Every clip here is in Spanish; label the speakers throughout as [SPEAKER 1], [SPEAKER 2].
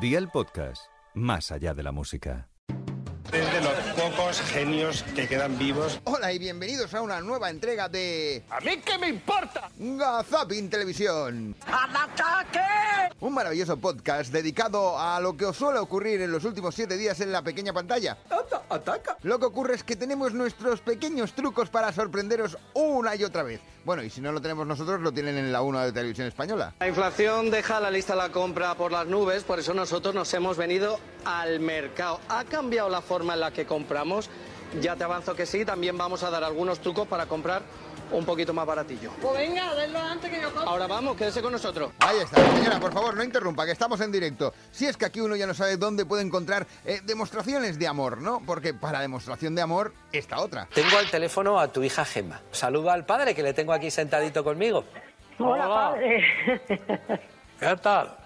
[SPEAKER 1] Día el podcast, más allá de la música.
[SPEAKER 2] Es de los pocos genios que quedan vivos.
[SPEAKER 3] Hola y bienvenidos a una nueva entrega de
[SPEAKER 4] ¿A mí qué me importa?
[SPEAKER 3] Gazapin Televisión.
[SPEAKER 4] ¡Al ataque!
[SPEAKER 3] Un maravilloso podcast dedicado a lo que os suele ocurrir en los últimos siete días en la pequeña pantalla.
[SPEAKER 4] ¡Anda, ataca!
[SPEAKER 3] Lo que ocurre es que tenemos nuestros pequeños trucos para sorprenderos una y otra vez. Bueno, y si no lo tenemos nosotros, lo tienen en la 1 de Televisión Española.
[SPEAKER 5] La inflación deja la lista de la compra por las nubes, por eso nosotros nos hemos venido al mercado. ¿Ha cambiado la forma en la que compramos? Ya te avanzo que sí, también vamos a dar algunos trucos para comprar un poquito más baratillo.
[SPEAKER 6] Pues venga, denlo antes que yo compre.
[SPEAKER 5] Ahora vamos, quédese con nosotros.
[SPEAKER 3] Ahí está, señora, por favor, no interrumpa, que estamos en directo. Si es que aquí uno ya no sabe dónde puede encontrar eh, demostraciones de amor, ¿no? Porque para demostración de amor, esta otra.
[SPEAKER 7] Tengo al teléfono a tu hija Gemma. Saluda al padre que le tengo aquí sentadito conmigo.
[SPEAKER 6] Hola, padre.
[SPEAKER 7] ¿Qué tal?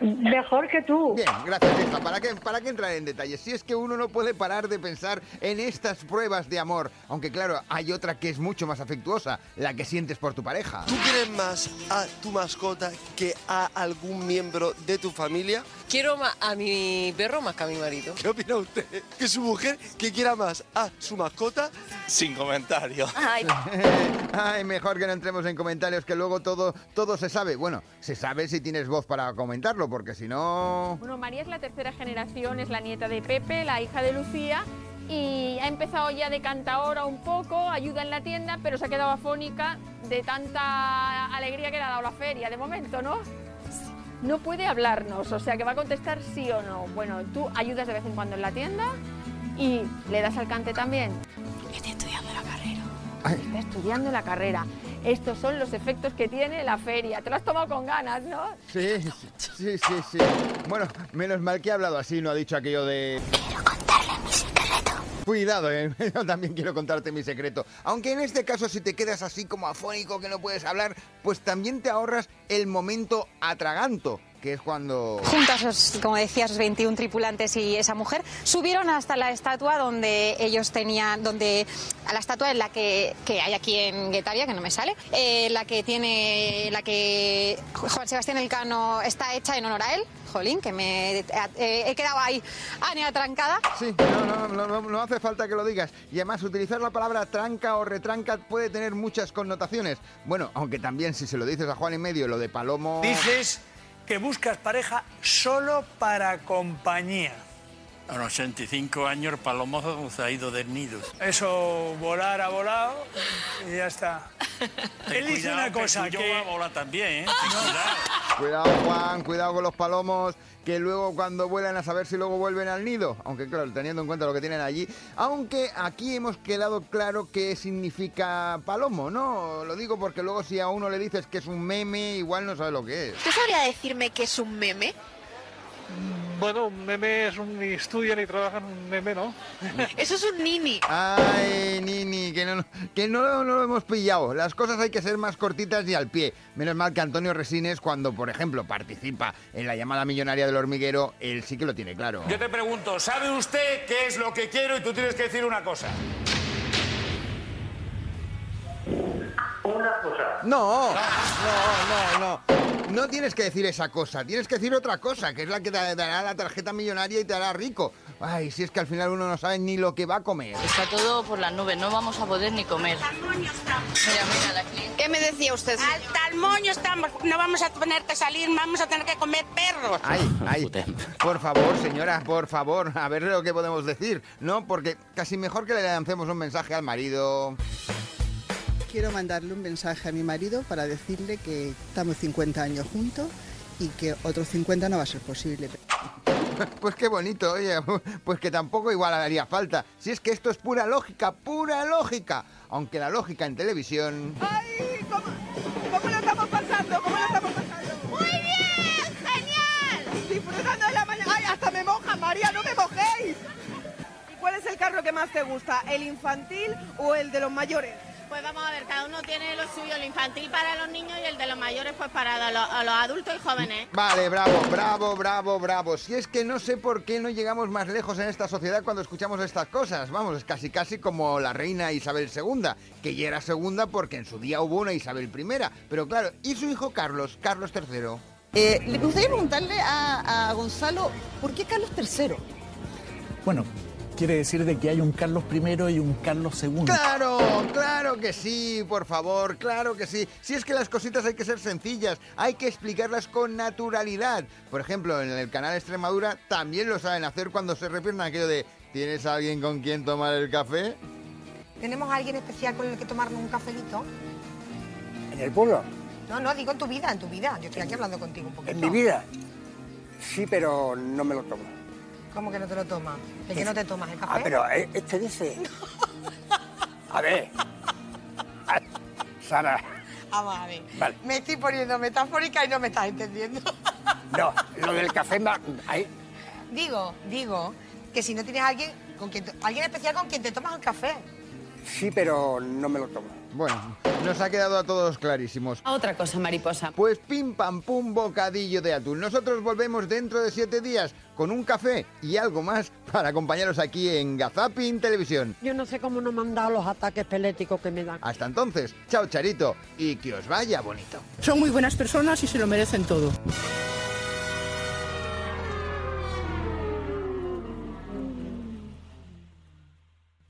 [SPEAKER 6] Mejor que tú.
[SPEAKER 3] Bien, gracias, hija. ¿Para qué, ¿Para qué entrar en detalles? Si es que uno no puede parar de pensar en estas pruebas de amor. Aunque claro, hay otra que es mucho más afectuosa, la que sientes por tu pareja.
[SPEAKER 8] ¿Tú quieres más a tu mascota que a algún miembro de tu familia?
[SPEAKER 9] Quiero ma- a mi perro más que a mi marido.
[SPEAKER 8] ¿Qué opina usted? Que su mujer que quiera más a su mascota.
[SPEAKER 10] Sin comentario.
[SPEAKER 3] Ay, mejor que no entremos en comentarios, que luego todo, todo se sabe. Bueno, se sabe si tienes voz para comentarlo, porque si no...
[SPEAKER 11] Bueno, María es la tercera generación, es la nieta de Pepe, la hija de Lucía. Y ha empezado ya de cantadora un poco, ayuda en la tienda, pero se ha quedado afónica de tanta alegría que le ha dado la feria de momento, ¿no? No puede hablarnos, o sea que va a contestar sí o no. Bueno, tú ayudas de vez en cuando en la tienda y le das al cante también.
[SPEAKER 12] Estoy estudiando la carrera.
[SPEAKER 3] Ay,
[SPEAKER 11] Está estudiando la carrera. Estos son los efectos que tiene la feria. Te lo has tomado con ganas, ¿no?
[SPEAKER 3] sí, sí, sí, sí. Bueno, menos mal que ha hablado así, no ha dicho aquello de...
[SPEAKER 12] Quiero contarle mi secreto.
[SPEAKER 3] Cuidado, ¿eh? yo también quiero contarte mi secreto. Aunque en este caso si te quedas así como afónico que no puedes hablar, pues también te ahorras el momento atraganto, que es cuando...
[SPEAKER 13] Juntos, los, como decías, los 21 tripulantes y esa mujer subieron hasta la estatua donde ellos tenían, donde a la estatua en la que, que hay aquí en Guetaria, que no me sale, eh, la que tiene, la que Juan Sebastián Elcano está hecha en honor a él. Jolín, que me eh, he quedado ahí, Ania trancada.
[SPEAKER 3] Sí, no, no, no, no, no hace falta que lo digas. Y además utilizar la palabra tranca o retranca puede tener muchas connotaciones. Bueno, aunque también si se lo dices a Juan y medio, lo de Palomo...
[SPEAKER 14] Dices que buscas pareja solo para compañía.
[SPEAKER 10] A los 85 años Palomo se ha ido del nido.
[SPEAKER 14] Eso, volar ha volado y ya está.
[SPEAKER 10] Ten
[SPEAKER 14] Él dice
[SPEAKER 10] cuidado,
[SPEAKER 14] una
[SPEAKER 10] que
[SPEAKER 14] cosa
[SPEAKER 10] tú Yo
[SPEAKER 14] que-
[SPEAKER 10] voy a volar también, ¿eh? Ten cuidado.
[SPEAKER 3] Cuidado Juan, cuidado con los palomos, que luego cuando vuelan a saber si luego vuelven al nido. Aunque claro, teniendo en cuenta lo que tienen allí. Aunque aquí hemos quedado claro qué significa palomo, ¿no? Lo digo porque luego si a uno le dices que es un meme, igual no sabe lo que es.
[SPEAKER 12] ¿Tú sabría decirme qué es un meme?
[SPEAKER 15] Bueno, un meme es un, ni estudian ni trabajan un meme, ¿no?
[SPEAKER 12] Eso es un nini.
[SPEAKER 3] Ay, Nini, que no, que no, lo- no lo hemos pillado. Las cosas hay que ser más cortitas y al pie. Menos mal que Antonio Resines, cuando, por ejemplo, participa en la llamada millonaria del hormiguero, él sí que lo tiene claro.
[SPEAKER 16] Yo te pregunto, ¿sabe usted qué es lo que quiero? Y tú tienes que decir una cosa.
[SPEAKER 3] No, no, no, no. No tienes que decir esa cosa, tienes que decir otra cosa, que es la que te dará la tarjeta millonaria y te hará rico. Ay, si es que al final uno no sabe ni lo que va a comer.
[SPEAKER 9] Está todo por las nubes, no vamos a poder ni comer. Mira, mira, la cliente.
[SPEAKER 12] ¿Qué me decía usted?
[SPEAKER 6] Al tal moño estamos. No vamos a tener que salir, vamos a tener que comer perros.
[SPEAKER 3] Ay, ay. Por favor, señora, por favor, a ver lo que podemos decir, ¿no? Porque casi mejor que le lancemos un mensaje al marido.
[SPEAKER 17] Quiero mandarle un mensaje a mi marido para decirle que estamos 50 años juntos y que otros 50 no va a ser posible.
[SPEAKER 3] Pues qué bonito, oye, pues que tampoco igual haría falta. Si es que esto es pura lógica, pura lógica. Aunque la lógica en televisión...
[SPEAKER 6] Ay, ¿cómo, cómo lo estamos pasando? ¿Cómo lo estamos pasando? ¡Muy bien! ¡Genial! Disfrutando de la mañana. ¡Ay, hasta me moja, María! ¡No me mojéis! ¿Y cuál es el carro que más te gusta? ¿El infantil o el de los mayores?
[SPEAKER 18] Pues vamos a ver, cada uno tiene lo suyo, el infantil para los niños y el de los mayores pues para lo- a los adultos y jóvenes.
[SPEAKER 3] Vale, bravo, bravo, bravo, bravo. Si es que no sé por qué no llegamos más lejos en esta sociedad cuando escuchamos estas cosas. Vamos, es casi casi como la reina Isabel II, que ya era segunda porque en su día hubo una Isabel I. Pero claro, ¿y su hijo Carlos, Carlos III?
[SPEAKER 5] Eh, le gustaría preguntarle a, a Gonzalo, ¿por qué Carlos III?
[SPEAKER 19] Bueno, quiere decir de que hay un Carlos I y un Carlos II.
[SPEAKER 3] Claro, claro que sí, por favor, claro que sí. Si es que las cositas hay que ser sencillas, hay que explicarlas con naturalidad. Por ejemplo, en el canal Extremadura también lo saben hacer cuando se refieren a aquello de ¿tienes alguien con quien tomar el café?
[SPEAKER 13] ¿Tenemos a alguien especial con el que tomarnos un cafelito?
[SPEAKER 8] En el pueblo,
[SPEAKER 13] No, no, digo en tu vida, en tu vida. Yo estoy aquí hablando contigo un poquito.
[SPEAKER 8] en mi vida. Sí, pero no me lo tomo.
[SPEAKER 13] ¿Cómo que no te lo tomas? ¿De qué no te tomas el café?
[SPEAKER 8] Ah, pero eh, este dice. A ver. Ah, Sara,
[SPEAKER 13] Vamos a ver.
[SPEAKER 8] Vale.
[SPEAKER 13] Me estoy poniendo metafórica y no me estás entendiendo.
[SPEAKER 8] no, lo del café ma- ahí,
[SPEAKER 13] digo, digo que si no tienes a alguien con quien to- alguien especial con quien te tomas el café.
[SPEAKER 8] sí, pero no me lo tomo.
[SPEAKER 3] Bueno, nos ha quedado a todos clarísimos.
[SPEAKER 20] Otra cosa, mariposa.
[SPEAKER 3] Pues pim pam pum bocadillo de atún. Nosotros volvemos dentro de siete días con un café y algo más para acompañaros aquí en Gazapin Televisión.
[SPEAKER 21] Yo no sé cómo no me han dado los ataques peléticos que me dan.
[SPEAKER 3] Hasta entonces, chao Charito y que os vaya bonito.
[SPEAKER 21] Son muy buenas personas y se lo merecen todo.